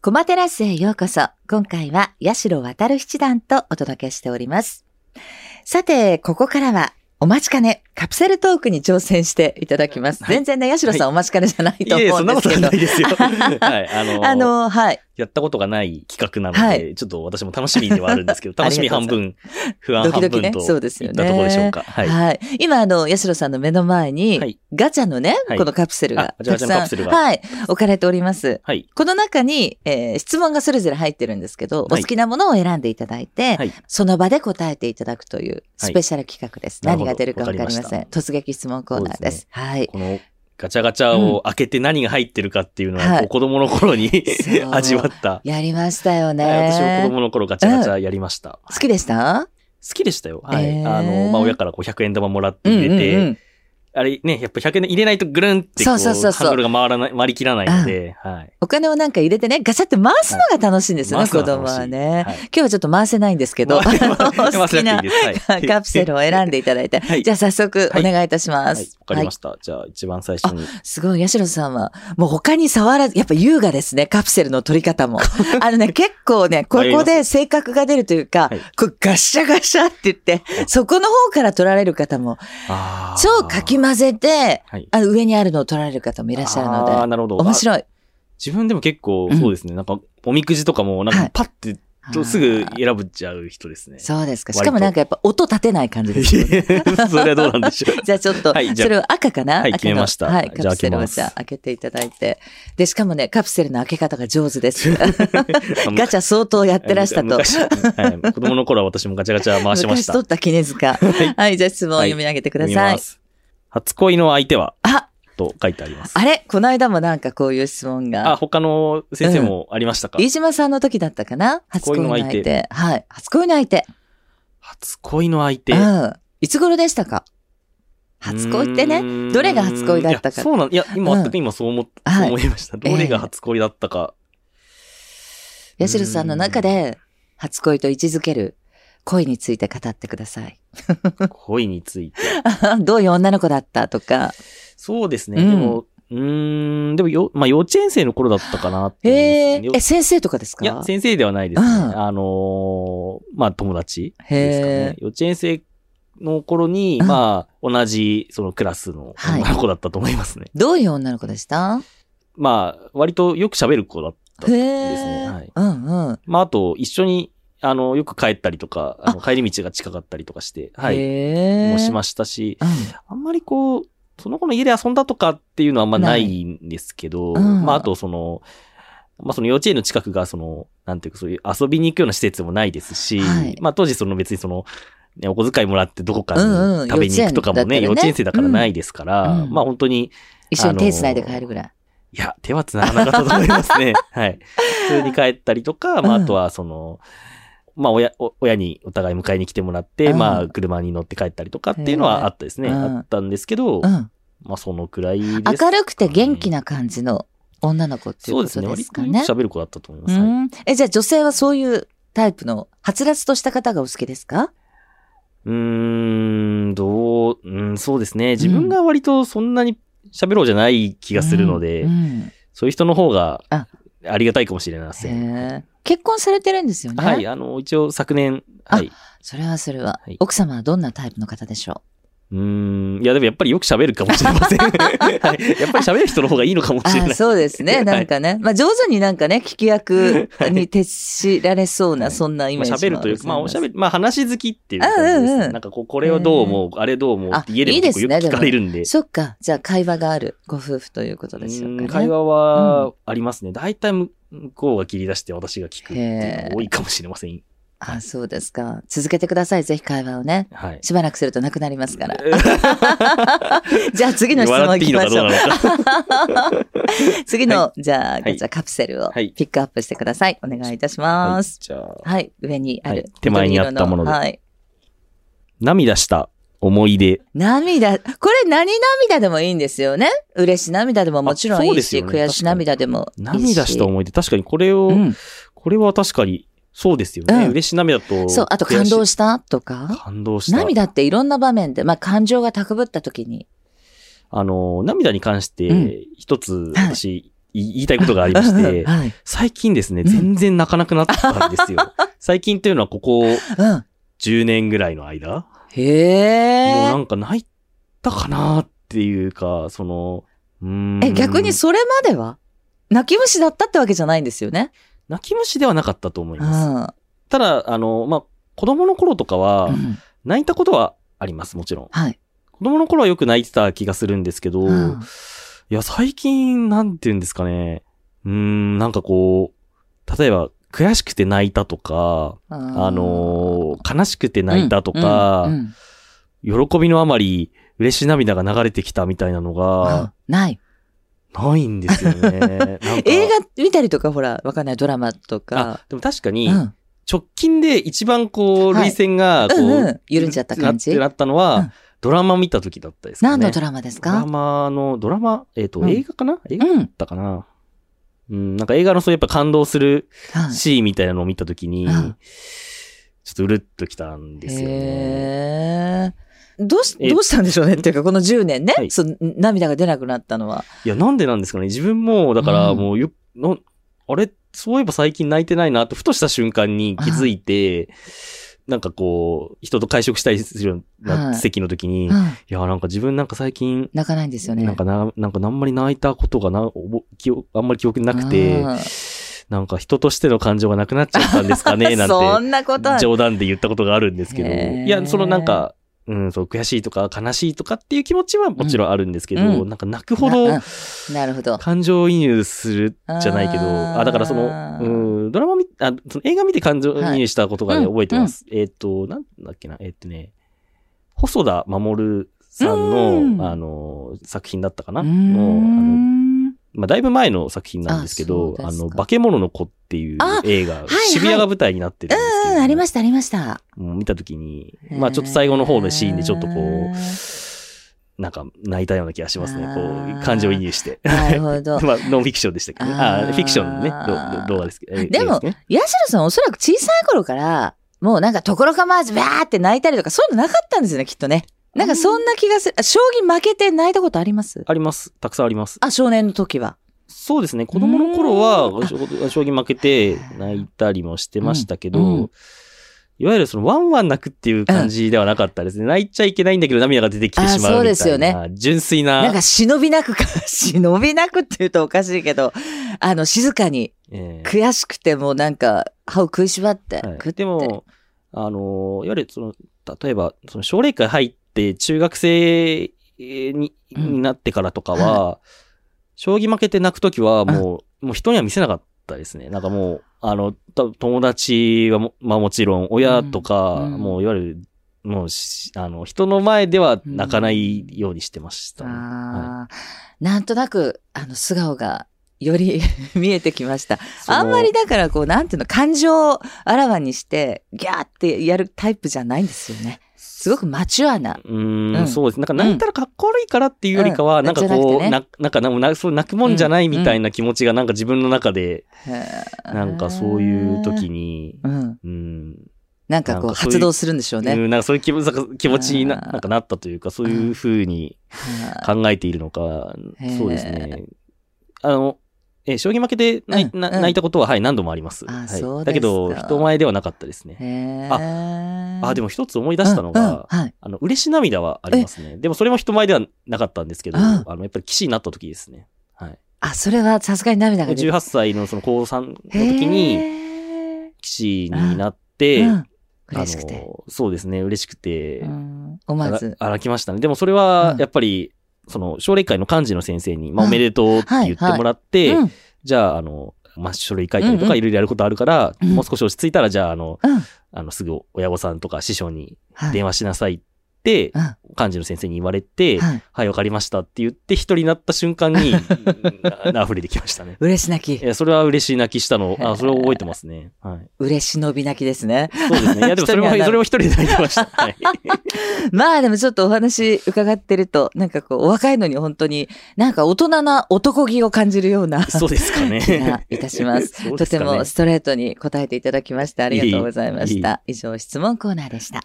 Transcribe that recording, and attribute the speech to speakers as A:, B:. A: コマテラスへようこそ。今回は、八代渡七段とお届けしております。さて、ここからは、お待ちかね、カプセルトークに挑戦していただきます。
B: はい
A: 全然ね、八代さん、お待ちかねじゃないと
B: いえいえ、
A: 思う
B: そ
A: ん
B: ん
A: で
B: なこ
A: す
B: と
A: け
B: は
A: ど。
B: ない ですよ。はい。あの、
A: あの、はい。
B: やったことがない企画なので、
A: はい
B: ちょっと私も楽しみではあるんですけ ど、
A: あり
B: 楽
A: が
B: し
A: とう
B: み
A: ござい
B: 半
A: ます
B: 分、不安半分
A: ドキドキね
B: と
A: そうです
B: い
A: よ
B: っ
A: ね
B: たところでしょうか。は。
A: はいい。今、あの、八代さんの目の前に、
B: はい
A: ガチャのね、
B: はい
A: このカプセルが
B: あ、ガチャ
A: た
B: ガ
A: く
B: チャ
A: さ
B: のカ
A: ん、
B: プセルが
A: はい、置かれております。
B: はい。
A: この中に、えー質問がそれぞれ入ってるんですけど、
B: はい
A: お好きなものを選んでいただいて、
B: はい
A: その場で答えていただくという
B: は
A: ス
B: い
A: ペシャル企画です。
B: なる
A: 何
B: ほど
A: が出るかわかりません
B: わかりま
A: 突撃質問コーナーです。
B: そ
A: はい。
B: このガチャガチャを開けて何が入ってるかっていうのは、
A: はい
B: こう子供の頃に
A: そう
B: 味わった。
A: やりましたよね。
B: はい私も子供の頃ガチャガチャやりました。
A: 好きでした
B: 好きでしたよ。はい。
A: えー
B: あの、まあ、親からこう100円玉もらって入れて、
A: うんうんうん
B: あれね、やっぱ100円入れないとぐるんってこ、
A: そううそうそうそう
B: ハンドルが回らない、回りきらないので、はい。
A: お金をなんか入れてね、ガチャって回すのが楽しいんですよね、
B: はい
A: 子供はね。
B: 回すのが楽しいはい
A: 今日はちょっと回せないんですけど、
B: 回せ
A: あの
B: 回せ
A: 好きな
B: 回せなくていいですは い
A: カプセルを選んでいただいて、
B: はい
A: じゃあ早速お願いいたしま
B: はい
A: す。、
B: わかりました。じゃあ、一番最初に。
A: すごい、八代さんは、もう他に触らず、やっぱ優雅ですね、カプセルの取り 方も。あのね、結構ね、ここで性格が出るというか
B: はい、
A: こうガッシャガシャって言って、そこの方から取られる方も、
B: あー
A: 超かき混ぜて、
B: はい。
A: あの上にあるのを取られる方もい
B: い
A: らっしゃるの
B: ああ、
A: で、
B: なるほど。
A: 面
B: い。
A: 白い。
B: 自分でも結構
A: うん
B: そうですね。なんか、おみくじとかも、なん
A: はい
B: かパッて、とすぐ選ぶっちゃう人ですね。
A: そうですか。
B: 割
A: し
B: と
A: かもなんかやっぱ音立てない感じですよね。
B: それはどうなんで しょう。
A: じゃあちょっと、
B: はいじゃあ
A: それを赤かな
B: は
A: 赤
B: い
A: の
B: 決めました
A: はい、カ
B: じゃあ
A: プセルを
B: 開けます
A: じゃあ開けていただいて。で、しかもね、カプセルの開け方が上手です。 ガチ
B: ャ
A: ャ相当やってらしたと。
B: 昔はい、子供の頃は私もガチャガチャ回しまし
A: 昔
B: た。
A: 取った絹 塚。はい、じゃあ質問を読み上げてくだ
B: 見
A: さい。
B: ます。初恋の相手は
A: あ、
B: と書いてあります。
A: あれこの間もなんかこういう質問
B: あ、
A: が。
B: 他の先生もありましたか、
A: 飯島さんの時だったかな初恋の相
B: 恋
A: 手。はい。初恋の相手。
B: 初恋の相手
A: う。ん。いつ頃でしたか初恋ってね。
B: ね
A: どれが初恋だったか
B: そうなん、いや、今、
A: うん
B: 全く今そう思っ、
A: はい
B: 思いました。どれが初恋だったか。
A: 八代さんの中で初恋と位置づける恋について語ってください。
B: 恋について。
A: どういう女の子だったとか。
B: そうですね。
A: うん
B: でも、うーん、でもよ、まあ、幼稚園生の頃だったかなって思
A: へえ
B: いますね。よ
A: え、先生とかですか
B: いや、先生ではないですね。
A: うん
B: あのーまあ、友達ですか
A: へ
B: ね
A: え。
B: 幼稚園生の頃に、
A: うん
B: まあ、同じ、そのクラスの
A: はい
B: 女の子だったと思いますね。
A: どういう女の子でした
B: まあ、割とよく喋る子だった。
A: へ
B: ですねは
A: え
B: い。
A: うんうん。
B: まあ、あと、一緒に、あの、よく帰ったりとか、あの帰り道が近かったりとかして、はい、
A: へえ。
B: もしましたし、
A: うん
B: あんまりこう、その子の家で遊んだとかっていうのはあんま
A: な
B: ないいんですけど、
A: うん
B: まあ、あとその、まあ、その幼稚園の近くが、その、なんていうか、そういう遊びに行くような施設もないですし、
A: はい
B: まあ、当時その別にその、ね、お小遣いもらってどこか
A: うんうん
B: に食べに行くとかもね、
A: 幼
B: 幼
A: 稚
B: 稚
A: 園
B: 園
A: だ
B: 生
A: ったらね
B: だからないですから、
A: うんうん
B: まあ、本当に、
A: 一緒に手繋いで帰るぐらい。
B: いや、手は繋がなかったと思います ね。はい。普通に帰ったりとか、まあ、
A: うん
B: あとは、その、まあ、親、お親にお互い迎えに来てもらって、
A: うん
B: まあ、車に乗って帰ったりとかっていうの
A: へえ
B: はあったですね。
A: うん
B: あったんですけど、
A: うん。
B: まあ、そのくらいですかね。
A: 明るくて元気な感じの女の子っていう
B: そう
A: こ
B: です
A: と
B: ね。
A: で
B: 割
A: す
B: と
A: か
B: よ
A: ね。
B: く喋る子だったと思いま
A: う
B: す。はい
A: ん。え、じゃあ女性はそういうタイプの、はつらつとした方がお好きですか
B: うーん、どう、うん、そうですね。自分が割とそんなに喋ろうじゃない気がするので、
A: うん
B: そういう人の方が
A: あ
B: ありがたいかもしれま
A: うん
B: せん。
A: へえ結婚されてるんですよね。
B: はい、あの、一応昨年、
A: あ
B: はい。
A: それはそれは
B: はい。
A: 奥様はどんなタイプの方でしょ
B: うーん。いや、でもやっぱりよく喋るかもし れません。はい、やっぱり喋る人の方がいいのかも
A: う
B: しれない。
A: あそうですね。なんかね。まあ上手になんかね、聞き役に徹しられそうな、
B: はい
A: そんなイメ
B: ま
A: ー
B: あ
A: ジも
B: 喋るというか、まあおしゃべり、まあ話好きっていう
A: あ
B: 感じですね、
A: うんうん
B: なんかこう、これをどう思う、あれどう思う
A: あ
B: って家で
A: いい
B: も
A: で
B: 結構
A: す
B: よ
A: ね
B: く聞かれるんで。
A: そっか。じゃあ会話があるご夫婦ということでしょうか
B: うん
A: ね。
B: 会話はありますね。大体向こうが切り出して私が聞くっていうのが多いかもしれません。
A: あ、そうですか。続けてください。ぜひ会話をね。
B: はい。
A: しばらくするとなくなりますから。じゃあ次
B: 次
A: の質問
B: 笑
A: い
B: ってい
A: き
B: いの
A: ま
B: か
A: し
B: ど
A: ょ
B: う
A: う。
B: なのか。
A: 次の、じゃあ、ガチャカプセルを
B: はい
A: ピックアップしてください。お願いいたしま
B: はい
A: す。
B: じゃあ、
A: はい、上にある
B: は。い手前にあったもので
A: はい。
B: 涙した思い出。
A: 涙、これ何涙でもいいんですよね。嬉し涙でももちろんい
B: あそう
A: い
B: です
A: し、
B: よね
A: 悔し涙でもいいし。
B: 涙した思い出。確かにこれを、
A: うん。
B: これは確かに、そうですよね。
A: うん
B: 嬉し涙と。
A: そう、あと感動したとか。
B: 感動した。
A: 涙っていろんな場面で、まあ感情が高ぶった時に。
B: あの、涙に関し
A: うん
B: て、一つ
A: はい
B: 私、い言いたいことがありまして、
A: はい。
B: 最近ですね、
A: うん
B: 全然泣かなくなったんですよ。 最近というのはここ
A: うん。
B: 10年ぐらいの間、
A: へ
B: もうな
A: え。
B: んか泣いたかなっていうか、その、うーん
A: え、逆にそれまでは泣き虫だったってわけじゃないんですよね。
B: 泣き虫ではなかったと思いうます。
A: ん。
B: ただ、あの、まあ、子供の頃とかは
A: う、ん
B: 泣いたことはあります、もちろん。
A: はい。
B: 子供の頃はよく泣いてた気がするんですけど、
A: うん
B: いや、最近、なんて言うんですかね。うーん、なんかこう、例えば、悔しくて泣いたとか、あのー悲しくて泣いたとか、
A: うんうんうん
B: 喜びのあまり、嬉し涙が流れてきたみたいなのが、
A: うんない。
B: ないんで すよね。なんか
A: 映画見たりとか、ほら、わかんない、ドラマと
B: あ
A: か。、
B: でも確か
A: う
B: に、
A: ん。
B: 直近で一番こう、
A: はい
B: 涙腺が、こう、
A: うんうん緩んじゃった感じ
B: ってなったのは、
A: うん
B: ドラマ見た時だったですかね。
A: 何のドラマです
B: ド
A: か
B: ラマの、ドラマ、えっ、と、
A: うん
B: 映画かな映
A: う
B: 画だ
A: ん。
B: ったかな、うん、なんか映画のそうやっぱ感動する
A: はい
B: シーンみたいなのを見たときに、
A: うん
B: ちょっとうるっときたんですよね。
A: へーどうし、
B: え
A: どうしたんでしょうねっていうか、この10年ね、
B: はい
A: その涙が出なくなったのは。
B: いや、なんでなんですかね自分も、だから
A: うん
B: もうよ、のあれ、そういえば最近泣いてないなって、ふとした瞬間に気づいて、なんかこう、人と会食したりするよう
A: は
B: ない席の時に、
A: うん
B: いや、なんか自分なんか最近、
A: 泣かないんですよね。
B: なんかな、なんかあんまり泣いたことがな、おぼ記憶あんまり記憶になくて、
A: うん
B: なんか人としての感情がなくなっちゃったんです かね、なんて。
A: そんなことは。
B: 冗談で言ったことがあるんですけど、
A: へー
B: いや、そのなんか、うん、そう、悔しいとか悲しいとかっていう気持ちはもちろんあるんですけど、
A: うん
B: なんか泣くほど
A: ななるほど。
B: 感情移入するじゃないけど、
A: あー
B: あだからその、うん、ドラマみ、あ、その映画見て感情移入したことが、
A: は
B: ね
A: い
B: 覚えてます。えっ、と、なんだっけな、えっ、とね、細田守さんの、
A: うん
B: あの、作品だったか
A: う
B: な、
A: ー
B: の、あの、
A: ん
B: まあ、だいぶ前の作品なんですけど、
A: あそう
B: あ
A: です
B: の、
A: か
B: 化け物の子っていう
A: あ
B: 映画、
A: い
B: 渋谷が舞台になってるんですけ
A: う
B: ど、
A: ん、ありました、ありま した。
B: もう見たときに、
A: へー
B: まあちょっと最後の方のシーンでちょっとこう、なんか泣いたような気がしますね。
A: あー
B: こう、感情移入して。
A: なるほど。
B: まあノンフィクションでしたけどね。あ
A: あー
B: ーフィクションのね、どど動画ですけど。え
A: でも
B: 映画すね
A: 八代さんおそらく小さい頃から、もうなんかところ構わずばーって泣いたりとか、そういうのなかったんですよね、きっとね。なんかそんな気がする。あ将棋負けて泣いたことあります
B: あります。たくさんあります。
A: あ、少年の時は。
B: そうですね。子供の頃は
A: う、
B: 将将棋負けて泣いたりもしてましたけど、
A: うんうん
B: いわゆるそのワンワン泣くっていう感じではなかったですね。泣いちゃいけないんだけど涙が出てきてしまうみたいな。
A: あーそうですよね。
B: 純粋な。
A: なんか忍びなくか、忍びなくって言うとおかしいけど、あの、静かに、
B: えー
A: 悔しくてもうなんか、歯を食いしばって、
B: はい
A: 食って。
B: でも、あの、いわゆるその、例えば、その奨励会入って中学生に,、
A: うん
B: になってからとかは、将棋負けて泣くときはもう、もう人には見せなかったですね。なんかもう、あの、た友達はも、まあもちろん、親とか、
A: うんうん
B: もういわゆる、もうし、あの、人の前では泣かないようにしてましたね、はい
A: あーなんとなく、あの、素顔が、より 見えてきました。
B: その
A: あんまりだから、こう、なんていうの、感情をあらわにして、ギャーってやるタイプじゃないんですよね。すごくマチュアな。
B: うーん、
A: うん
B: そうです。なんか泣いたらかっこ悪いからっていうよりかは、
A: うん
B: なんか
A: じゃなく
B: こう、
A: てね
B: ななんかななそう泣くもんじゃないみたいな気持ちがなんか自分の中で、な
A: なん
B: かそういう時。に、
A: うん。
B: うん、
A: なんかこう、
B: なんかそういう
A: 発動するんでしょう
B: う
A: ね。
B: んなんかそういう気分 なんか気持ちにな
A: あー
B: なんかなったというか、そういうふうに
A: は
B: 考えているのか
A: へー、
B: そうですね。あの、え、将棋負けで泣い,
A: うん
B: な、
A: うん
B: 泣いたことは、はい、何度もあります。
A: あー
B: はい
A: そうですか
B: だけど、人前ではなかったです
A: い
B: ね。
A: へ
B: あ
A: ー
B: あ、でも一つ思い出したのが、
A: うんうんはい。
B: あの、嬉し涙はありますね。でもそれも人前ではなかったんですけど、
A: うん
B: あの、やっぱり騎士になった時ですね。はい。
A: あ、それはさすがに涙が出る。
B: 18歳のその高3の時に
A: へー
B: 騎士になって、
A: う
B: あ
A: ん嬉しくて。
B: の、そうですね、嬉しくて、
A: うん思
B: あ
A: わ
B: ら
A: ず。
B: あらきましたね。でもそれ
A: う
B: は
A: ん、
B: やっぱり、その、奨励会の幹事の先生に、ま
A: う
B: あ、
A: ん
B: おめでとうって言ってもらって、
A: うん
B: じゃあ、あの、まあ、書類書いたりと
A: うんう
B: か
A: ん
B: いろいろやることあるから、
A: うん
B: もう少し落ち着いたら、じゃあ、あの、
A: うん
B: あの、すぐ親御さんとか師匠に
A: はい
B: 電話しなさいって
A: う、ん
B: 幹事の先生に言われて、
A: はい
B: はい、わかりましたって言って、一人になった瞬間に、 うんな溢れてきましたね。
A: 嬉し泣
B: い
A: き。
B: や、それは嬉しい泣きしたの、あ、それを覚えてますね。はい。
A: 嬉しのび泣きですね。
B: そうですね。いや、でもそ
A: 一人
B: れ
A: には
B: も、
A: なる
B: それも一人で泣いてました。はい。
A: まあでもちょっとお話伺ってると、なんかこう、お若いのに本当に、なんか大人な男気を感じるような
B: そうですか
A: 気が
B: ね。
A: いたします。
B: そうで
A: と
B: す
A: て
B: かね
A: もストレートに答えていただきましてありがとうございまし
B: いえい
A: た。以上、質問コーナーでした。